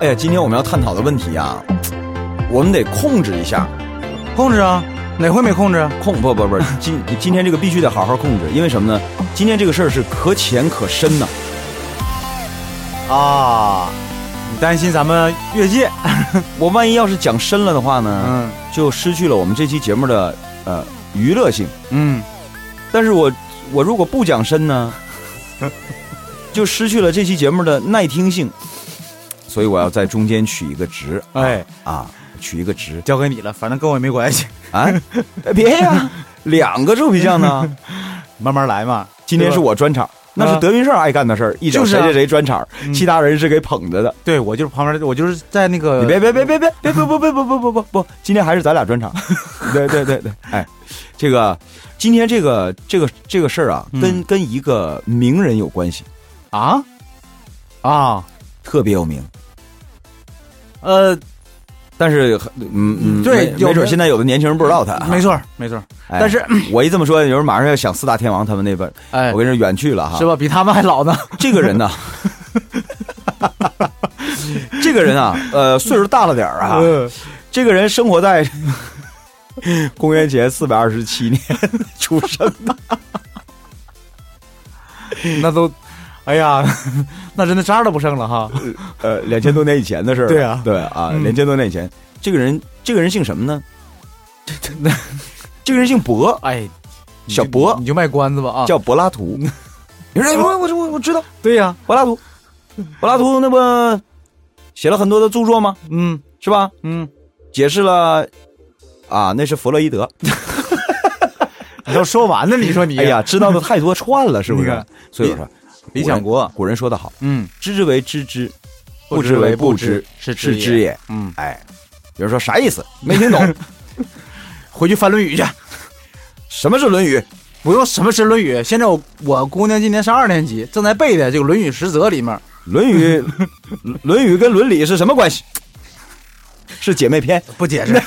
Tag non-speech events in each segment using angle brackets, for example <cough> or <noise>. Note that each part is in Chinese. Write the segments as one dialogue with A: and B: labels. A: 哎呀，今天我们要探讨的问题啊，我们得控制一下，
B: 控制啊，哪回没控制？
A: 控不不不，今今天这个必须得好好控制，因为什么呢？今天这个事儿是可浅可深呐、
B: 啊，你担心咱们越界？
A: <laughs> 我万一要是讲深了的话呢，
B: 嗯
A: 就失去了我们这期节目的呃娱乐性。
B: 嗯，
A: 但是我我如果不讲深呢，就失去了这期节目的耐听性，所以我要在中间取一个值
B: 哎，
A: 啊，取一个值
B: 交给你了，反正跟我也没关系， <laughs>
A: 啊，哎别呀、两个臭皮匠呢，
B: 慢慢来嘛。
A: 今天是我专场。那是德云社爱干的事儿，一整
B: 就是
A: 谁
B: 啊
A: 谁谁专场，
B: 嗯
A: 其他人是给捧着的。
B: 对我就是旁边，我就是在那个
A: 你别别别别别别不不不不不不不不，今天还是咱俩专场。对对对对，哎，这个今天这个这个这个事儿啊，跟
B: 嗯
A: 跟一个名人有关系，
B: 啊啊
A: 特别有名。
B: 呃，
A: 但是很，嗯嗯，
B: 对
A: 没
B: 有
A: 没准
B: 人
A: 现在有的年轻人不知道他啊，
B: 没错儿没错儿，
A: 哎
B: 但是嗯
A: 我一这么说，有人马上要想四大天王他们那边，
B: 哎
A: 我跟人远去了哈
B: 是。吧？比他们还老呢。
A: 这个人
B: <laughs>
A: 呢，这个人啊，呃，岁数大了点儿啊，
B: 嗯
A: 这个人生活在 <laughs> 公元前四百二十七年出生
B: <laughs>
A: 的，
B: 那都，哎呀， <laughs> 那真的渣都不剩了哈。
A: 呃，两千多年以前的事儿了。
B: 对啊
A: 对啊，
B: 嗯
A: 两千多年以前，这个人，这个人姓什么
B: <laughs>
A: 呢？这个人姓博，
B: 哎，你
A: 小
B: 就
A: 博
B: 你就卖关子吧啊。
A: 叫柏拉 <laughs> 图。你说哎我我我我知道。
B: 对呀，
A: 柏拉图，柏拉图那不写了很多的著作吗？
B: 嗯
A: 是吧？
B: 嗯，
A: 解释了啊，那是弗洛伊德。
B: 你都说完了，你说你
A: 哎，呀，知道的太多串了，是不
B: <laughs> 你
A: 是
B: 看？
A: <laughs> 所以我说，
B: 理想国
A: 古人说得好
B: 嗯，：“
A: 知之为知之，不
B: 知
A: 知为
B: 不
A: 知，是
B: 是知
A: 知
B: 也。
A: 也。
B: 嗯”，
A: 哎，有人说啥意思？没听
B: <laughs>
A: 懂。
B: 回去翻《论语》去。
A: 什么是《论语》？
B: 不用什么是《论语》，现在我我姑娘今年上二年级，正在背的这个《论语十则》里面，
A: 《论语》《论语》跟伦理是什么关系？ <laughs> 是姐妹篇。
B: 不解 <laughs> 释，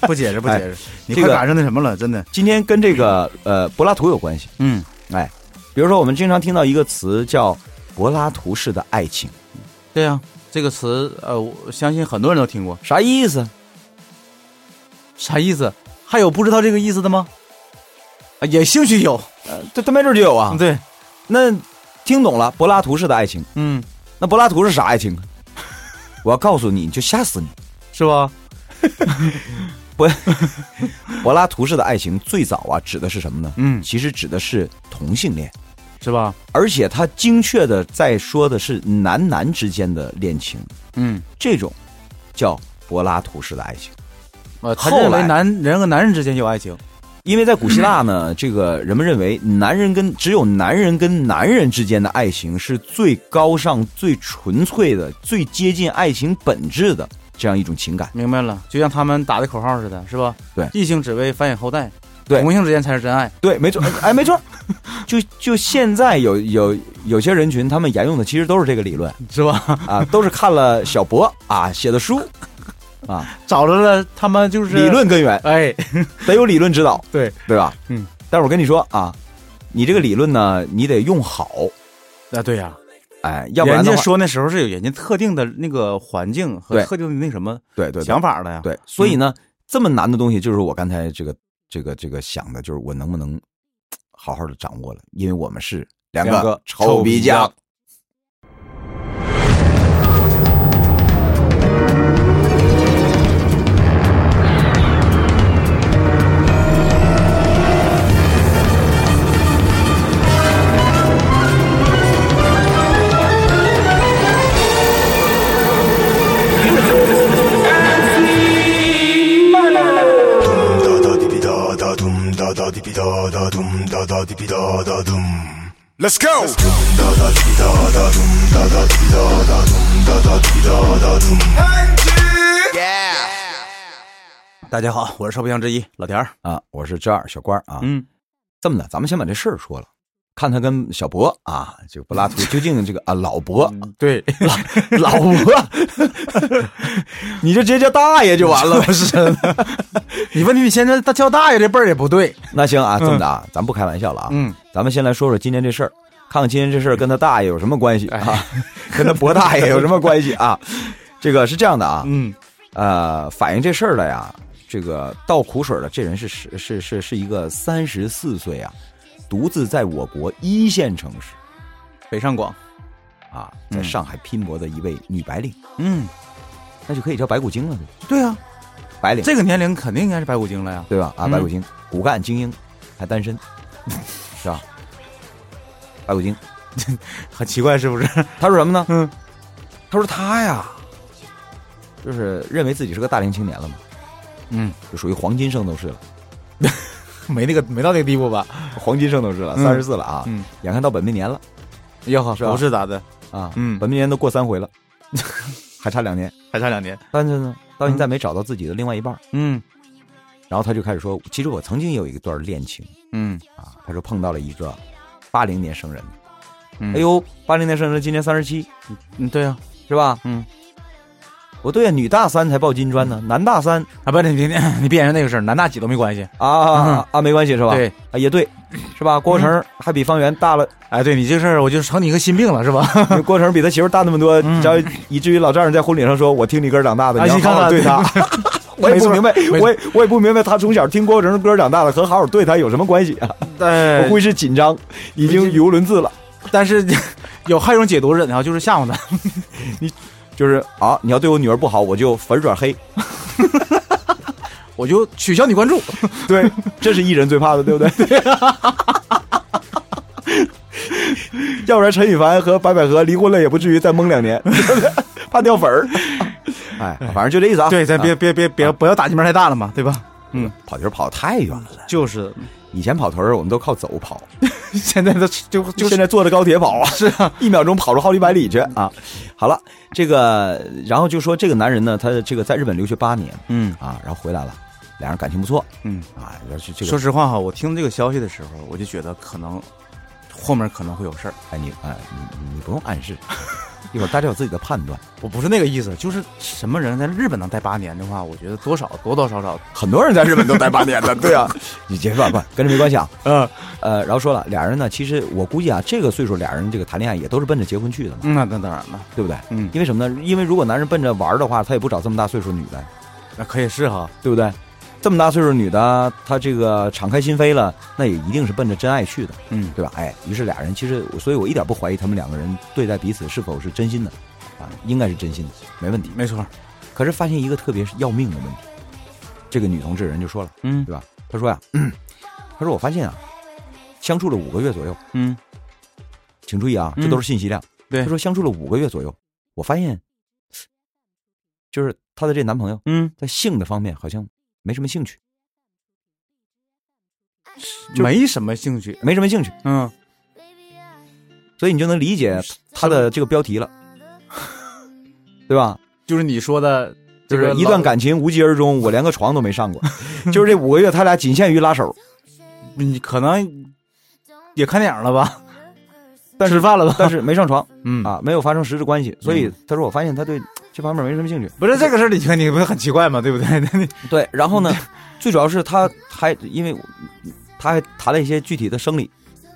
B: 不解释，不解释，你
A: 这
B: 快
A: 个
B: 赶上那什么了，真的，
A: 今天跟这个呃柏拉图有关系。
B: 嗯，
A: 哎，比如说我们经常听到一个词叫“柏拉图式的爱情”，
B: 对呀、这个词呃，我相信很多人都听过，
A: 啥意思？
B: 啥意思？还有不知道这个意思的吗？啊，也兴许有，
A: 这他没准就有啊。
B: 对，
A: 那听懂了柏拉图式的爱情，
B: 嗯，
A: 那柏拉图是啥爱 <laughs> 情啊？我要告诉你，你就吓死你！
B: 是吧？
A: 柏拉图式的爱情最早啊，指的是什么呢？
B: 嗯，
A: 其实指的是同性恋，
B: 是吧？
A: 而且他精确的在说的是男男之间的恋情，
B: 嗯，
A: 这种叫柏拉图式的爱情。
B: 呃，他
A: 后
B: 认为
A: 来
B: 男人和男人之间有爱情，
A: 因为在古希腊呢， <clears throat> 这个人们认为男人跟只有男人跟男人之间的爱情是最高尚、最纯粹的、最接近爱情本质的这样一种情感。
B: 明白了，就像他们打的口号似的，是吧？
A: 对
B: 异性只为繁衍后代，
A: 对
B: 同性之间才是真爱，
A: 对， <laughs> 没错，哎，没错，就就现在有有有些人群，他们沿用的其实都是这个理论
B: 是吧？ <laughs>
A: <laughs> 啊，都是看了小博啊写的书啊，
B: 找着了他们就是
A: 理，论根源
B: 哎，
A: 得有理论指导，
B: 对
A: 对吧？
B: 嗯，
A: 但是我跟你说啊，你这个理论呢，你得用好，
B: 啊，对呀、
A: 哎，要不然
B: 人
A: 的
B: 家
A: 话，
B: 说那时候是有人家特定的那个环境和
A: 对
B: 特定的那什么
A: 对对对。
B: 想法的呀。，
A: 对，所
B: 嗯
A: 以呢，这么难的东西，就是我刚才这个这个这个想的，就是我能不能好好的掌握了，因为我们是两
B: 两个臭皮匠。
C: da da di bi da da dum da da di bi da da dum da da di bi da da dum Let's go! Da da di bi da da dum da da di bi da da dum da da di bi da da dum
B: 大家好，我是臭皮匠之一老田儿。
A: 啊，我是这儿小官儿啊。
B: 嗯，
A: 这么的，咱们先把这事儿说了，看他跟小博啊，这个柏拉图究竟这个啊老博
B: 对，
A: 老博， <laughs> 你就直接叫大爷就完了。
B: 是的。 <laughs> 你问你现在他叫大爷这辈儿也不对。
A: 那行啊，这么的啊，咱不开玩笑了啊。
B: 嗯，
A: 咱们先来说说今天这事儿，
B: 哎
A: <laughs>
B: <laughs>
A: 看看今天这事儿跟他大爷有什么关系啊？跟他博大爷有什么关系啊？这个是这样的啊，
B: 嗯，
A: 呃，反映这事儿的呀，这个倒苦水的这人是是是是是一个三十四岁啊，独自在我国一线城市
B: 北上广，
A: 啊，在上海拼搏的一位女白领，
B: 嗯，
A: 那就可以叫白骨精了，对吧
B: 对啊，
A: 白领
B: 这个年龄肯定应该是白骨精了呀。
A: 对吧？啊，
B: 嗯
A: 白骨精，骨干精英，还单身， <laughs> 是吧？白骨精，
B: 很奇怪是不 <laughs> 是？
A: 他说什么呢？
B: 嗯，
A: 他说他呀，就是认为自己是个大龄青年了嘛，
B: 嗯，
A: 就属于黄金圣斗士了。
B: 没那个没到那个地步吧？
A: 黄金圣斗士了，
B: 嗯
A: 三十四了啊，
B: 嗯
A: 眼看到本命年了
B: 哟呵，
A: 是吧
B: 不是咋的，
A: 啊，
B: 嗯
A: 本命年都过三回了，还差两年，
B: 还差两年。
A: 但是呢，到现在没找到自己的另外一半儿，
B: 嗯
A: 然后他就开始说，其实我曾经有一段恋情
B: 嗯
A: 啊，他说碰到了一个八零年生人的，
B: 嗯
A: 哎呦，八零年生人今年三十七
B: 嗯，对啊，
A: 是吧？
B: 嗯，
A: 不对啊，女大三才抱金砖呢，男大三
B: 啊不，你别你别演那个事儿，男大几都没关系。
A: 啊啊啊，没关系是吧？
B: 对，
A: 啊
B: <laughs>
A: 也对，是吧？郭
B: 嗯
A: 成还比方圆大了，
B: 哎，对你这个事儿，我就成你一个心病了是吧？
A: 郭成比他媳妇儿大那么多，
B: 嗯
A: 你知道，以至于老丈人在婚礼上说：“我听你歌长大的，
B: 啊
A: 你要
B: 你看
A: 好好
B: 看
A: 对他。”
B: <laughs>
A: 我也
B: 没
A: 不
B: 错
A: 明白，
B: 没错
A: 我也我也不明白，他从小听郭成的歌长大的，和好好对他有什么关系啊？
B: 哎
A: 我估计是紧张，已经语无伦次了。
B: 但是 <laughs> 有还有一种解读是，然后就是吓唬他。
A: 就是啊，你要对我女儿不好，我就粉转黑。
B: <laughs> 我就取消你关注。
A: 对，这是艺人最怕的，对不 <laughs> 对？要不然陈羽凡和白百合离婚了，也不至于再蒙两 <laughs> 年，对不对怕掉粉儿。哎，反正就这意思啊。
B: <laughs> 对，咱别
A: 啊
B: 别别别不要打击面太大了嘛，对吧？
A: 嗯跑题儿跑得太远了。
B: 就是，
A: 以前跑腿儿我们都靠走跑，
B: 现在都就就
A: 就现在坐着高铁跑啊， <laughs> 是啊，一秒钟跑出好几百里去啊。好了，这个然后就说这个男人呢，他这个在日本留学八年
B: 嗯
A: 啊，然后回来了，俩人感情不错
B: 嗯。
A: 啊，要是这个
B: 说实话哈，我听这个消息的时候，我就觉得可能后面可能会有事儿。
A: 哎你哎你你你不用暗示， <laughs> 一会儿大家有自己的判断。
B: 我不是那个意思，就是什么人在日本能待八年的话，我觉得多少多多少少，
A: 很多人在日本都待八年的，对啊， <laughs> 你别吧不跟这没关系啊。
B: 嗯
A: 呃，然后说了，俩人呢，其实我估计啊，这个岁数俩人这个谈恋爱也都是奔着结婚去的嘛，
B: 嗯，那那当然了，
A: 对不对？
B: 嗯，
A: 因为什么呢？因为如果男人奔着玩儿的话，他也不找这么大岁数女的，
B: 那可以是哈，
A: 对不对？这么大岁数女的，她这个敞开心扉了，那也一定是奔着真爱去的，
B: 嗯
A: 对吧？哎，于是俩人其实，所以我一点不怀疑他们两个人对待彼此是否是真心的，啊，应该是真心的，没问题。
B: 没错，
A: 可是发现一个特别要命的问题，这个女同志人就说了，
B: 嗯
A: 对吧？她说呀、 <clears throat> 她说我发现啊，相处了五个月左右，
B: 嗯，
A: 请注意啊，这都是信息量。
B: 对
A: 她说相处了五个月左右，我发现，就是她的这男朋友
B: 嗯，
A: 在性的方面好像没什么兴趣，就
B: 没什么兴趣，
A: 没什么兴趣，
B: 嗯，
A: 所以你就能理解她的这个标
B: <laughs>
A: 题了，对吧？
B: 就是你说的，
A: 就
B: 这
A: 是
B: 个
A: 一
B: 老
A: 段，感情无疾而
B: <laughs>
A: 终，我连个床都没上过，就是这五个月，他俩仅限于拉手，
B: 你可能也看电影了吧，
A: 但
B: 吃
A: 是
B: 饭了吧，
A: 但是没上床。
B: 嗯
A: 啊，没有发生实质关系，所以
B: 嗯
A: 他说我发现他对这方面没什么兴趣。
B: 不是这个事儿，你看你不是很奇怪吗？对不对？ <laughs> 那你
A: 对，然后呢，
B: 嗯
A: <laughs> 最主要是他还因为我他还谈了一些具体的生理，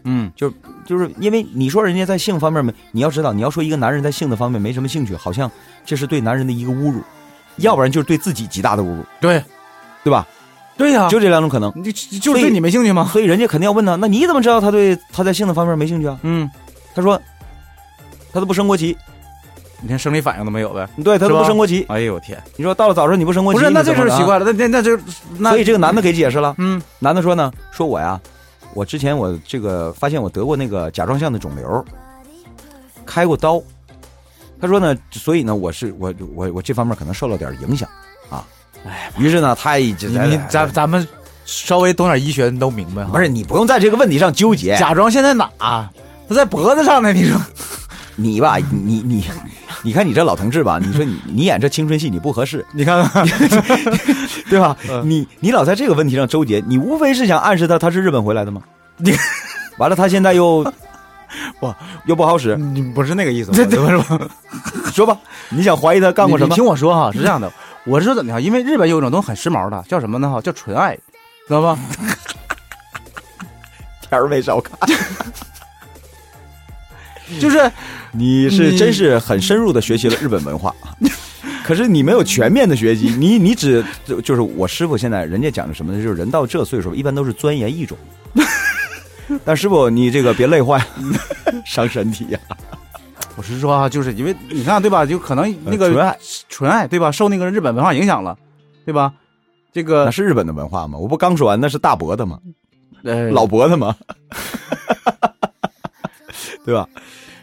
B: 嗯
A: 就是因为你说人家在性方面没，你要知道，你要说一个男人在性的方面没什么兴趣，好像这是对男人的一个侮辱，要不然就是对自己极大的侮辱，
B: 对
A: 对吧？
B: 对呀、
A: 就这两种可能。
B: 你就
A: 所
B: 就啊是
A: 以
B: 对你没兴趣吗？
A: 所以人家肯定要问他，那你怎么知道他对他在性的方面没兴趣啊？
B: 嗯，
A: 他说，他都不升国旗，
B: 你看生理反应都没有呗？
A: 对他都
B: 是
A: 不
B: 吧
A: 升国旗。
B: 哎呦我天！
A: 你说到了早上你不升国旗，
B: 不是，那
A: 你
B: 这
A: 怎么
B: 事儿
A: 了啊
B: 奇怪了，那那那就那
A: 所以这个男的给解释了。
B: 嗯
A: 男的说呢，说我呀，我之前我这个发现我得过那个甲状腺的肿瘤，开过刀。他说呢，所以呢，我是我我我这方面可能受了点影响啊。哎，于是呢，他已经
B: 你你咱咱们稍微懂点医学，你都明白哈。
A: 不是你不用在这个问题上纠结，
B: 甲状腺在哪？它在脖子上呢。你说
A: 你吧，你你你看你这老同志吧，你说你你演这青春戏你不合适，
B: 你看看，
A: 对吧？
B: 嗯
A: 你你老在这个问题上纠结，你无非是想暗示他他是日本回来的吗？你完了，他现在又
B: <laughs> 哇
A: 又不好使，
B: <laughs> 你不是那个意思，
A: 对对
B: 我 <laughs> 是吧？
A: 说吧，你想怀疑他干过什
B: 你
A: 么
B: 听？我说哈，是这样的，我是说怎么样？因为日本有一种东西很时髦的，叫什么呢？哈，叫纯爱，知道吧？
A: 片儿没少 <laughs> 看。
B: 就是
A: <laughs> 你是真是很深入的学习了日本文化，可是你没有全面的学习，你你只就就是我师傅现在人家讲的什么呢？就是人到这岁数，一般都是钻研一 <laughs> 种。但师傅，你这个别累坏 <laughs> 了，伤身体啊呀、
B: 我是说啊，就是因为你看对吧？就可能那个
A: 呃纯爱
B: 纯爱对吧？受那个日本文化影响了，对吧？这
A: 那
B: 个
A: 是日本的文化吗？我不刚说完那是大伯的吗？
B: 呃
A: 老伯的 <laughs> 吗？对吧？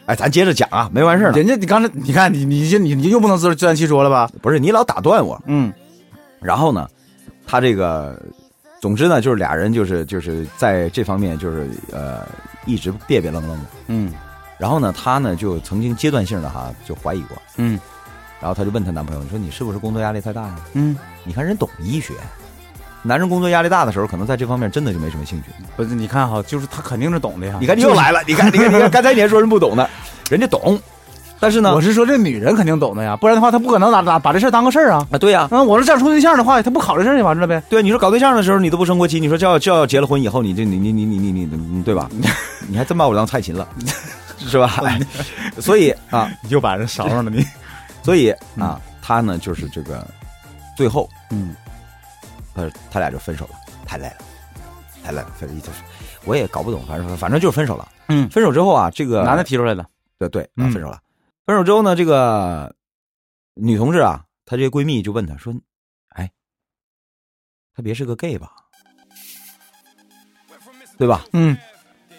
A: 哎，咱接着讲啊，没完事儿了。
B: 人家你刚才你看你你你你又不能自自圆其说了吧？
A: 不是你老打断我，
B: 嗯，
A: 然后呢，他这个，总之呢，就是俩人就是就是在这方面就是呃一直别别愣愣的。
B: 嗯
A: 然后呢，她呢就曾经阶段性的哈就怀疑过，
B: 嗯
A: 然后她就问她男朋友：“你说你是不是工作压力太大呀？
B: 嗯，
A: 你看人懂医学，男人工作压力大的时候，可能在这方面真的就没什么兴趣。
B: 不是，你看哈，就是他肯定是懂的呀。
A: 你看你又来了，你看你看你看，刚才你还说人不懂呢，人家懂，但是呢，
B: 我是说这女人肯定懂的呀，不然的话她不可能拿拿把这事儿当个事儿啊。
A: 啊，对呀、
B: 嗯，我说这样处对象的话，她不考虑事儿就完事儿了呗。
A: 对啊，你说搞对象的时候你都不升过级，你说就要就要结了婚以后，你这你你你你你你你对吧？你还真把我当蔡琴了，是吧？哎 <laughs> 所以啊，
B: 你就把人勺上了你。
A: 所以啊，她呢就是这个，最后
B: <laughs> 嗯，
A: 他他俩就分手了，太累了，太累了，反正一直是我也搞不懂，反正反正就是分手了。
B: 嗯
A: 分手之后啊，这个
B: 男的提出来的。
A: 对对，啊
B: 嗯
A: 分手了。分手之后呢，这个女同志啊，她这闺蜜就问她说：“哎，她别是个 gay 吧？对吧？
B: 嗯，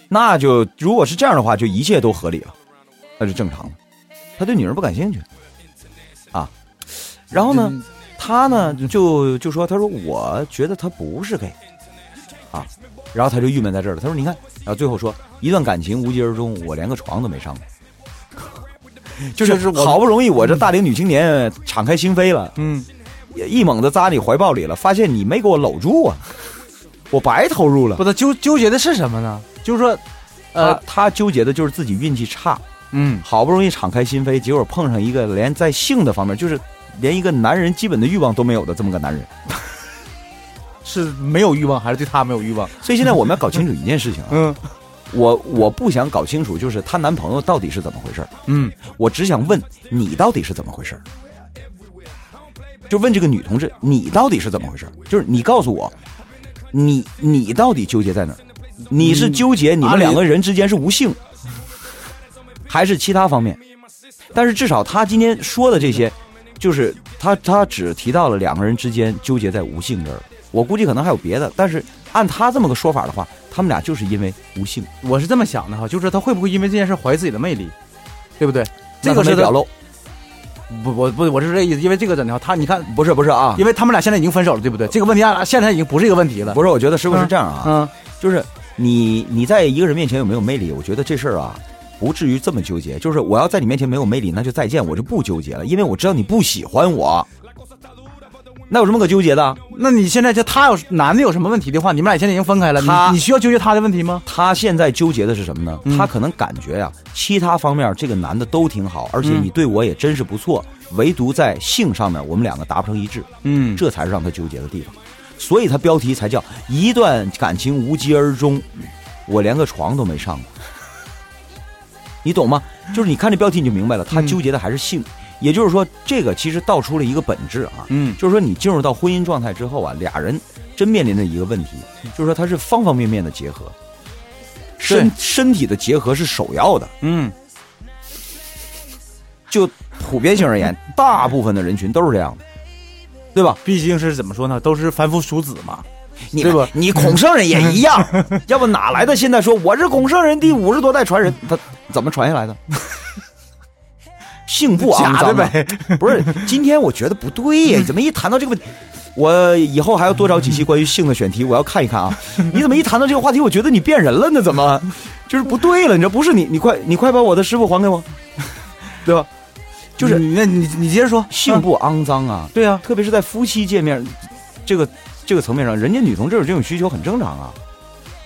A: 那就如果是这样的话，就一切都合理了，那就正常了。她对女人不感兴趣啊。然后
B: 嗯
A: 呢，他呢就就说，他说我觉得他不是 gay 啊，然后他就郁闷在这儿了。他说你看，然后最后说一段感情无疾而终，我连个床都没上过。 <laughs> 就是
B: 就是我
A: 好不容易，我这大龄女青年敞开心扉了，
B: 嗯，
A: 一猛的扎你怀抱里了，发现你没给我搂住啊， <laughs> 我白投入了
B: 不，。他纠纠结的是什么呢？就是说，
A: 呃
B: 呃，，
A: 他纠结的就是自己运气差，
B: 嗯，
A: 好不容易敞开心扉，结果碰上一个连在性的方面，就是连一个男人基本的欲望都没有的这么个男人。
B: 是没有欲望，还是对他没有欲望？
A: 所以现在我们要搞清楚一件事情啊，
B: 嗯
A: 我我不想搞清楚，就是她男朋友到底是怎么回事儿
B: 嗯
A: 我只想问你到底是怎么回事儿就问这个女同志，你到底是怎么回事儿就是你告诉我，你你到底纠结在哪儿？你是纠结你们两个人之间是无性，还是其他方面？但是至少她今天说的这些，就是她她只提到了两个人之间纠结在无性这儿，我估计可能还有别的。但是按她这么个说法的话，他们俩就是因为无性，
B: 我是这么想的哈，就是他会不会因为这件事怀疑自己的魅力，对不对？这
A: 那她
B: 个是
A: 没
B: 他
A: 表露，
B: 不不不，我是这意思，因为这个怎的话，他你看，
A: 不是不是啊，
B: 因为他们俩现在已经分手了，对不对？这个问题啊，现在已经不是一个问题了。
A: 不是，我觉得师傅是这样啊，
B: 嗯
A: 就是你你在一个人面前有没有魅力，我觉得这事儿啊。不至于这么纠结，就是我要在你面前没有魅力，那就再见，我就不纠结了，因为我知道你不喜欢我，那有什么可纠结的？
B: 那你现在就他要是男的有什么问题的话，你们俩现在已经分开了，
A: 他
B: 你你需要纠结他的问题吗？
A: 他现在纠结的是什么呢？
B: 嗯
A: 他可能感觉呀、其他方面这个男的都挺好，而且
B: 嗯
A: 你对我也真是不错，唯独在性上面我们两个达不成一致，
B: 嗯
A: 这才是让他纠结的地方。所以他标题才叫“一段感情无疾而终”，我连个床都没上过，你懂吗？就是你看这标题你就明白了，他
B: 嗯
A: 纠结的还是性，也就是说，这个其实道出了一个本质啊，
B: 嗯
A: 就是说你进入到婚姻状态之后啊，俩人真面临着一个问题，
B: 嗯
A: 就是说它是方方面面的结合，身身体的结合是首要的，
B: 嗯，
A: 就普遍性而
B: <laughs>
A: 言，大部分的人群都是这样的，对吧？
B: 毕竟是怎么说呢，都是凡夫俗子嘛。
A: 你
B: 对吧嗯
A: 你孔圣人也一
B: <laughs>
A: 样，要不哪来的现在说我是孔圣人第五十多代
B: <laughs>
A: 传人？他怎么传下来的？性不肮脏、啊、
B: 假的
A: 不是，今天我觉得不对
B: <laughs>
A: 呀，怎么一谈到这个问题，我以后还要多找几期关于性的选题，我要看一看
B: <laughs>
A: 啊。你怎么一谈到这个话题，我觉得你变人了呢？怎么就是不对了？你这不是你，你快你快把我的师傅还给我，对吧？就是
B: 你那你你接着说，
A: 性
B: 嗯
A: 不肮脏啊，
B: 对啊，
A: 特别是在夫妻界面这个这个层面上，人家女同志有这种需求很正常啊。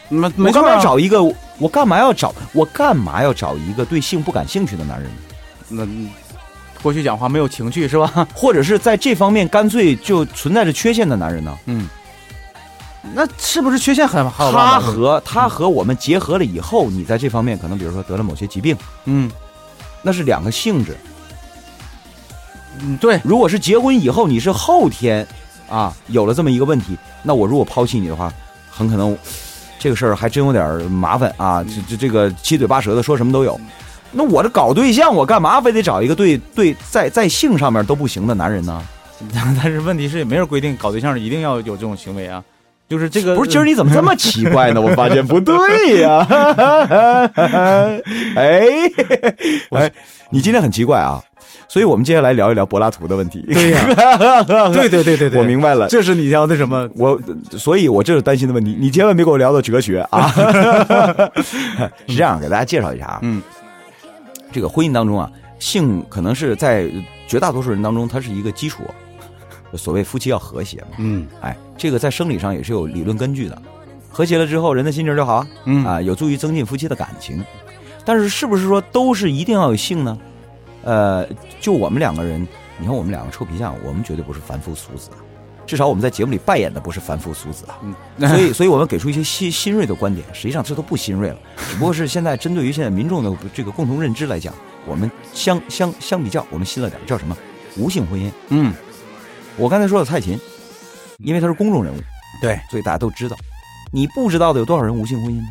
B: 没
A: 我
B: 没
A: 干
B: 错
A: 嘛要
B: 啊。
A: 找一个？我干嘛要找？我干嘛要找一个对性不感兴趣的男人呢？
B: 那过去讲话没有情趣是吧？
A: 或者是在这方面干脆就存在着缺陷的男人呢？
B: 嗯， <laughs> 那是不是缺陷很好吧？
A: 他和他和我们结合了以后，你在这方面可能比如说得了某些疾病，
B: 嗯
A: 那是两个性质。
B: 嗯，对，
A: 如果是结婚以后，你是后天啊有了这么一个问题，那我如果抛弃你的话，很可能这个事儿还真有点儿麻烦啊。这这这个七嘴八舌的说什么都有。那我这搞对象，我干嘛非得找一个对对在在性上面都不行的男人呢？
B: <laughs> 但是问题是也没人规定搞对象一定要有这种行为啊，就是这个
A: 不是今儿你怎么这么奇怪
B: <laughs>
A: 呢？我发现不对呀、哎哎，你今天很奇怪啊，所以我们接下来聊一聊柏拉图的问题。
B: 对呀、 <laughs> 对对对对对，
A: <laughs> 我明白了。
B: 这是你要的什么？
A: 我，所以我这是担心的问题。你千万别给我聊到哲学
B: <laughs>
A: 啊！是这样，给大家介绍一下啊，
B: <laughs> 嗯，
A: 这个婚姻当中啊，性可能是在绝大多数人当中，它是一个基础。所谓夫妻要和谐嘛，
B: 嗯
A: 哎，这个在生理上也是有理论根据的。和谐了之后，人的心情就好啊，
B: 嗯
A: 啊，有助于增进夫妻的感情。但是，是不是说都是一定要有性呢？呃，就我们两个人，你看我们两个臭皮匠，我们绝对不是凡夫俗子啊，至少我们在节目里扮演的不是凡夫俗子啊。
B: <laughs> 嗯
A: 所以，所以我们给出一些新新锐的观点，实际上这都不新锐了，只不过是现在针对于现在民众的这个共同认知来讲，我们相相相比较，我们新了点儿，叫什么？无性婚姻。
B: 嗯，
A: 我刚才说的蔡琴，因为她是公众人物，
B: 对，
A: 所以大家都知道。你不知道的有多少人无性婚姻呢？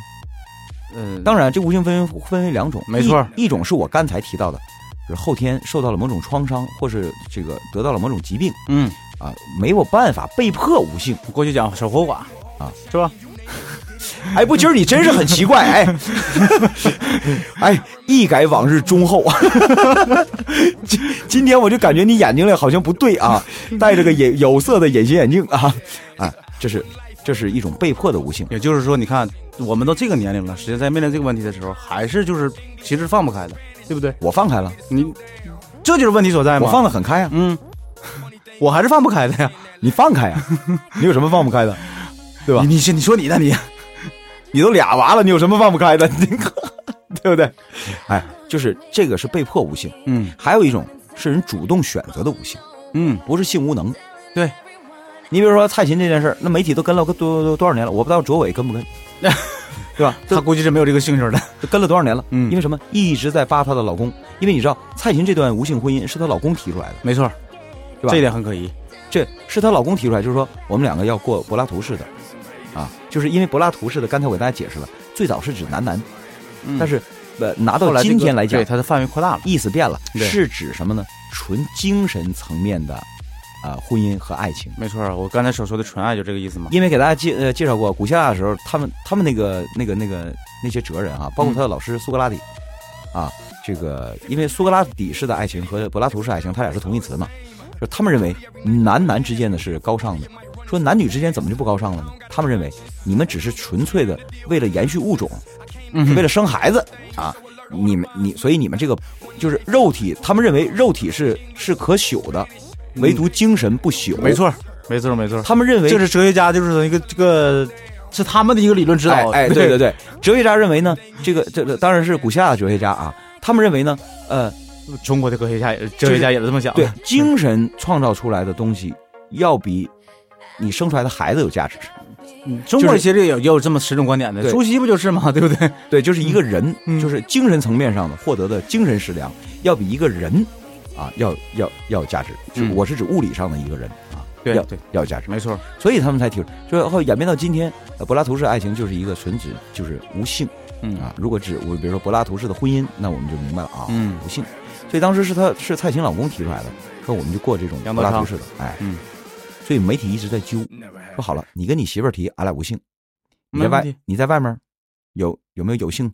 B: 嗯，
A: 当然，这无性婚姻分为两种，
B: 没错
A: 一，一种是我刚才提到的，就是后天受到了某种创伤，或是这个得到了某种疾病
B: 嗯，
A: 啊，没有办法被迫无性。
B: 过去讲守活寡
A: 啊，
B: 是吧？
A: 哎，不，今儿你真是很奇怪，哎，哎，一改往日忠厚， <laughs> 今今天我就感觉你眼睛里好像不对啊，戴着个隐有色的隐形眼镜啊，啊，这是这是一种被迫的无性，
B: 也就是说，你看我们都这个年龄了，实际在面临这个问题的时候，还是就是其实放不开的，对不对？
A: 我放开了，
B: 你这就是问题所在嘛。
A: 我放得很开啊，
B: 嗯，我还是放不开的呀。
A: 你放
B: <laughs>
A: 开啊，你有什么放不开的？对吧
B: 你你先你说你的你，
A: 你都俩娃了，你有什么放不开的？ <laughs> 你对不对？哎，就是这个是被迫无性，
B: 嗯
A: 还有一种是人主动选择的无性，
B: 嗯，
A: 不是性无能。
B: 对，
A: 你比如说蔡琴这件事儿，那媒体都跟了多多多少年了，我不知道卓伟跟不
B: <laughs>
A: 跟，对吧？
B: 他估计是没有这个兴趣的。
A: 都跟了多少年了？
B: 嗯
A: 因为什么？一直在扒她的老公，因为你知道蔡琴这段无性婚姻是她老公提出来的，
B: 没错，
A: 对吧
B: 这一点很可疑。
A: 这是她老公提出来，就是说我们两个要过柏拉图式的，啊，就是因为柏拉图式的，刚才我给大家解释了，最早是指男男，
B: 嗯
A: 但是呃拿
B: 后
A: 到
B: 这个
A: 今天来讲
B: 对，它的范围扩大了。
A: 意思变了，
B: 对
A: 是指什么呢？纯精神层面的，呃，婚姻和爱情。
B: 没错，我刚才所说的纯爱就这个意思嘛。
A: 因为给大家介呃介绍过古希腊的时候，他们他们那个那个那个那些哲人啊，包
B: 嗯
A: 括他的老师苏格拉底，啊，这个因为苏格拉底式的爱情和柏拉图式爱情，它俩是同义词嘛，就他们认为男男之间的是高尚的，说男女之间怎么就不高尚了呢？他们认为你们只是纯粹的为了延续物种，
B: 嗯
A: 为了生孩子啊，你们你所以你们这个就是肉体，他们认为肉体是是可朽的，唯独精神不朽。
B: 嗯没，错，没错，没错。
A: 他们认为
B: 这是哲学家，就是一个这个是他们的一个理论指导。
A: 哎哎，对
B: <laughs>
A: 对对，哲学家认为呢，这个这个当然是古希腊的哲学家啊，他们认为呢，呃，
B: 对，中国的科学家也哲学家也是这么想的。
A: 对精神创造出来的东西，要比你生出来的孩子有价值。
B: 嗯，中国
A: 就是
B: 其实也有也有这么十种观点的。
A: 对
B: 朱熹不就是嘛，对不对？
A: 对，就是一个人，
B: 嗯
A: 就是精神层面上的获得的精神食粮，要比一个人啊要要要有价值。就
B: 嗯
A: 我是指物理上的一个人啊，
B: 对
A: 要
B: 对
A: 要有价值。
B: 没错，
A: 所以他们才提出，就是后演变到今天，呃，柏拉图式爱情就是一个纯指就是无性
B: 嗯
A: 啊。如果指我比如说柏拉图式的婚姻，那我们就明白了啊，
B: 嗯
A: 无性。所以当时是他是蔡琴老公提出来的，说我们就过这种
B: 杨
A: 柏
B: 德
A: 拉
B: 昌
A: 图式的，哎，
B: 嗯，
A: 所以媒体一直在揪，说好了，你跟你媳妇儿提，俺俩无性，你在
B: 没问
A: 外
B: 题
A: 你在外面有有没有有性？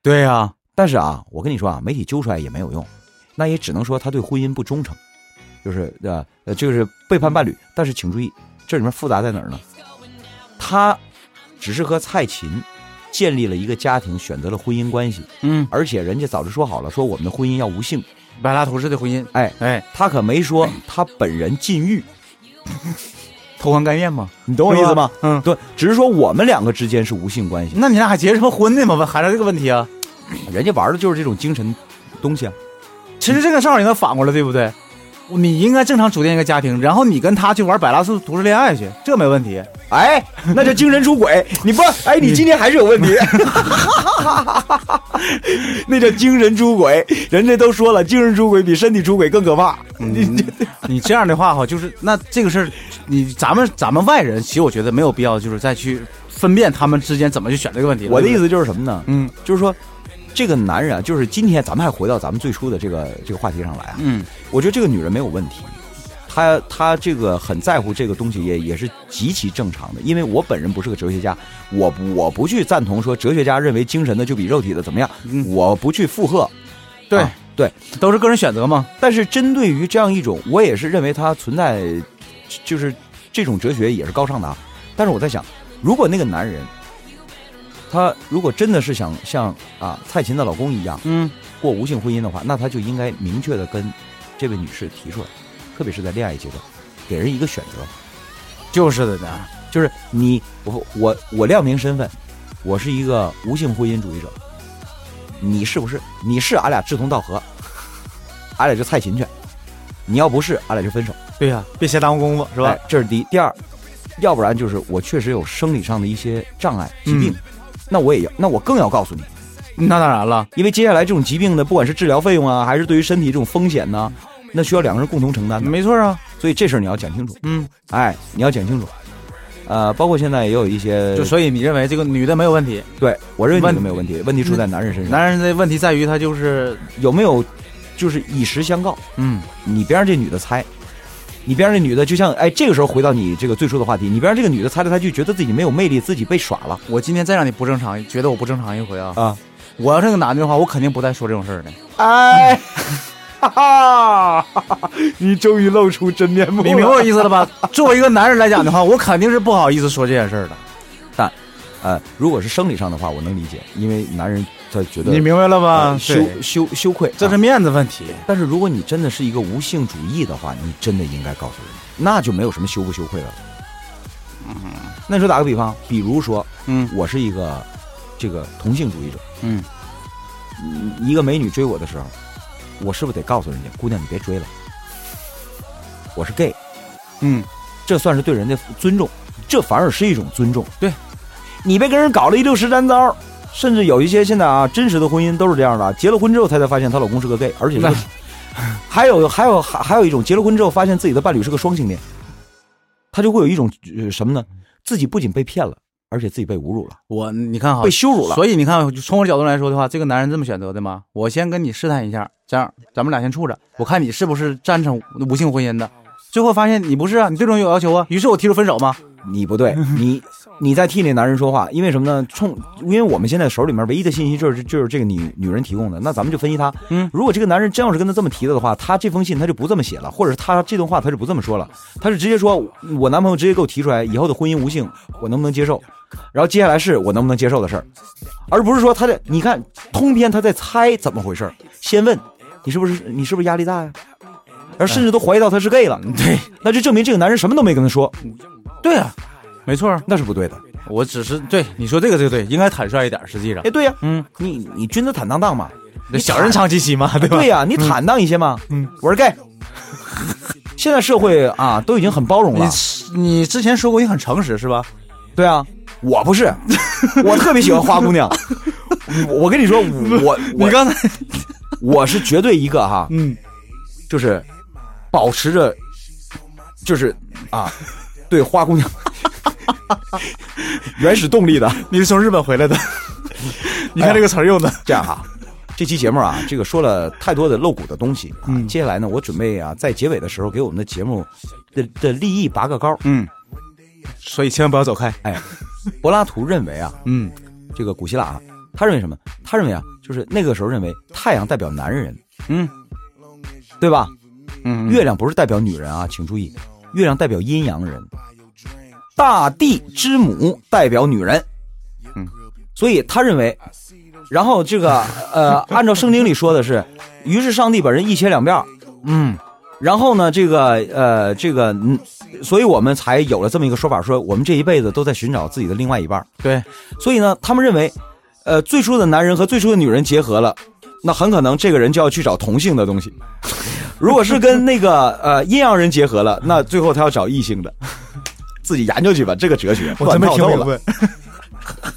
B: 对呀，
A: 但是啊，我跟你说啊，媒体揪出来也没有用，那也只能说他对婚姻不忠诚，就是呃呃，就是背叛伴侣。但是请注意，这里面复杂在哪儿呢？他只是和蔡琴建立了一个家庭，选择了婚姻关系，
B: 嗯，
A: 而且人家早就说好了，说我们的婚姻要无性。
B: 柏拉图式的婚姻，
A: 哎，
B: 哎，
A: 他可没说他本人禁欲，
B: 偷换概念嘛，
A: 你懂我意思吗？
B: 是吧？嗯，
A: 对，只是说我们两个之间是无性关系，
B: 那你俩还结什么婚呢嘛？问还是这个问题啊？
A: 人家玩的就是这种精神东西啊。
B: 其实这个事儿应该反过来，对不对？你应该正常组建一个家庭，然后你跟他去玩百拉斯独自恋爱去，这没问题。
A: 哎，那就精神出
B: <laughs>
A: 轨，你不，哎，你今天还是有问题，那叫精神出轨。人家都说了，精神出轨比身体出轨更可怕。
B: 你 <laughs> 你这样的话哈，就是那这个事儿，你咱们咱们外人，其实我觉得没有必要，就是再去分辨他们之间怎么去选这个问题。
A: 我的意
B: 思，
A: 思就是什么呢？
B: 嗯
A: 就是说，这个男人啊，就是今天咱们还回到咱们最初的这个这个话题上来啊。
B: 嗯，
A: 我觉得这个女人没有问题，她她这个很在乎这个东西也也是极其正常的。因为我本人不是个哲学家，我不我不去赞同说哲学家认为精神的就比肉体的怎么样，
B: 嗯
A: 我不去附和。
B: 对
A: 啊对，
B: 都是个人选择嘛。
A: 但是针对于这样一种，我也是认为它存在，就是这种哲学也是高尚的啊。但是我在想，如果那个男人，他如果真的是想像啊蔡琴的老公一样
B: 嗯，
A: 过无性婚姻的话，那他就应该明确的跟这位女士提出来，特别是在恋爱阶段，给人一个选择，
B: 就是的呢。
A: 就是你我我我亮明身份，我是一个无性婚姻主义者，你是不是？你是俺俩志同道合，俺俩就蔡琴去，你要不是，俺俩就分手。
B: 对呀、别瞎耽误功夫，是
A: 是
B: 吧？
A: 吧？这是第一。第二，要不然就是我确实有生理上的一些障碍、疾
B: 嗯
A: 病，那我也要，那我更要告诉你，
B: 那当然了，
A: 因为接下来这种疾病的，不管是治疗费用啊，还是对于身体这种风险呢、那需要两个人共同承担的。
B: 没错啊。
A: 所以这事儿你要讲清楚，
B: 嗯，
A: 哎，你要讲清楚。呃，包括现在也有一些，
B: 就所以你认为这个女的没有问题，
A: 对我认为你都没有问题，问题出在男人身上，
B: 男人的问题在于他就是
A: 有没有就是以实相告。
B: 嗯，
A: 你别让这女的猜，你别让这女的就像哎，这个时候回到你这个最初的话题，你别让这个女的猜来猜去，觉得自己没有魅力，自己被耍了
B: 我今天再让你不正常，觉得我不正常一回啊！
A: 啊。
B: 我要是个男的的话，我肯定不带说这种事儿的。 <laughs>
A: 哎，哈哈，你终于露出真面目
B: 你明白我意思了吧？ <laughs> 作为一个男人来讲的话，我肯定是不好意思说这件事儿的。
A: 呃，如果是生理上的话，我能理解，因为男人他觉得
B: 你明白了吧？
A: 呃羞
B: 对
A: 羞羞愧，
B: 啊这是
A: 啊
B: 面子问题。
A: 但是如果你真的是一个无性主义的话，你真的应该告诉人，那就没有什么羞不羞愧的了。那你说打个比方，比如说
B: 嗯
A: 我是一个这个同性主义者，
B: 嗯，
A: 一个美女追我的时候，我是不是得告诉人家，姑娘你别追了，我是 gay，
B: 嗯，
A: 这算是对人家尊重，这反而是一种尊重。
B: 对，
A: 你被跟人搞了一溜十三招，甚至有一些现在啊，真实的婚姻都是这样的，结了婚之后才才发现她老公是个 gay，而且是个
B: 那
A: <laughs> 还有还有还还有一种，结了婚之后发现自己的伴侣是个双性恋，他就会有一种、呃什么呢？自己不仅被骗了，而且自己被侮辱了，
B: 我你看哈
A: 被，羞辱了。
B: 所以你看，从我角度来说的话，这个男人这么选择的吗？我先跟你试探一下，这样咱们俩先处着，我看你是不是赞成无性婚姻的。最后发现你不是啊，你对这种有要求啊，于是我提出分手嘛。
A: 你不
B: <laughs>
A: 对，你你在替那男人说话，因为什么呢？冲，因为我们现在手里面唯一的信息就是就是这个女女人提供的，那咱们就分析她。
B: 嗯
A: 如果这个男人真要是跟他这么提的的话，他这封信他就不这么写了，或者是他这段话他就不这么说了，他是直接说，我男朋友直接给我提出来，以后的婚姻无性，我能不能接受？然后接下来是我能不能接受的事儿，而不是说他在你看通篇他在猜怎么回事儿，先问你是不是你是不是压力大呀？而甚至都怀疑到他是 gay 了，
B: 对
A: 那就证明这个男人什么都没跟他说，
B: 对啊，没错儿，
A: 那是不对的。
B: 我只是对你说这个这个对，应该坦率一点。实际上
A: 哎，，对呀、
B: 嗯，
A: 你你君子坦荡荡嘛，你
B: 小人长戚戚嘛，哎对吧？
A: 对呀、你坦荡一些嘛。嗯，我是 gay。现在社会啊，都已经很包容了。
B: 你你之前说过你很诚实是吧？
A: 对啊，我不是，我特别喜欢花姑娘。我我跟你说，我
B: <laughs> 你
A: 我
B: 刚才
A: 我是绝对一个哈，
B: 嗯，
A: 就是保持着，就是啊，对花姑娘 <laughs> 原始动力的。
B: 你是从日本回来 <laughs> 的，你看这个词儿用的，
A: 这样哈，这期节目啊，这个说了太多的露骨的东西啊。
B: 嗯
A: 接下来呢，我准备啊，在结尾的时候给我们的节目的的立意拔个高。
B: 嗯，所以千万不要走开，
A: 哎，柏拉图认为啊，
B: 嗯，
A: 这个古希腊啊，他认为什么？他认为啊，就是那个时候认为太阳代表男人，
B: 嗯，
A: 对吧？
B: 嗯
A: 月亮不是代表女人啊，请注意，月亮代表阴阳人，大地之母代表女人，
B: 嗯，
A: 所以他认为，然后这个 <laughs> 呃，按照圣经里说的是，于是上帝把人一切两半儿，
B: 嗯，
A: 然后呢，这个呃，这个，嗯，所以我们才有了这么一个说法，说我们这一辈子都在寻找自己的另外一半儿。
B: 对，
A: 所以呢，他们认为，呃，最初的男人和最初的女人结合了，那很可能这个人就要去找同性的东西， <laughs> 如果是跟那个呃阴阳人结合了，那最后他要找异性的， <laughs> 自己研究去吧，这个哲学
D: 我真没听明
A: 了。
D: 白。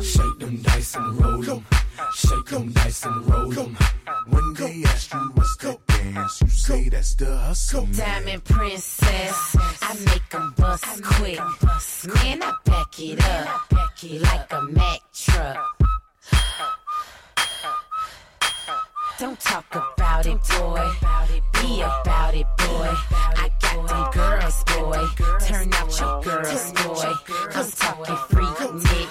E: Shake them dice and roll them. Shake them dice and roll them. When they ask you what's the dance, you say that's the hustle.
F: Diamond princess, I make 'em bust quick. Man, I back it up like a Mack truck. Don't talk about it, boy. Be about it, boy. I got them girls, boy. Turn out your girls, boy. I'm talking freak, Nick.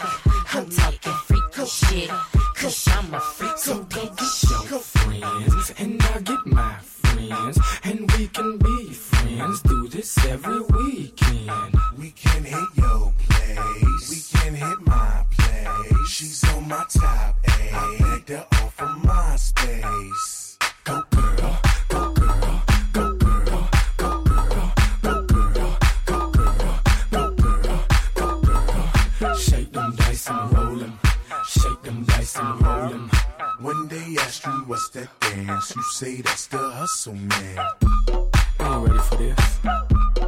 F: I'm talking freaky shit. Cause I'm a freak, so
E: Go
F: bitch.
E: get your friends, and I get my friends, and we can be friends. Do this every weekend.
C: We can hit your place. We can hit my place. She's on my top eight. I begged her off of my space.
E: Go girl, go girl, go girl, go girl, go girl, go girl, go girl, go girl. Shake them dice and roll them. Shake them dice and roll them.
C: When they ask you what's that dance, you say that's the hustle, man.
E: Ain't ready for this.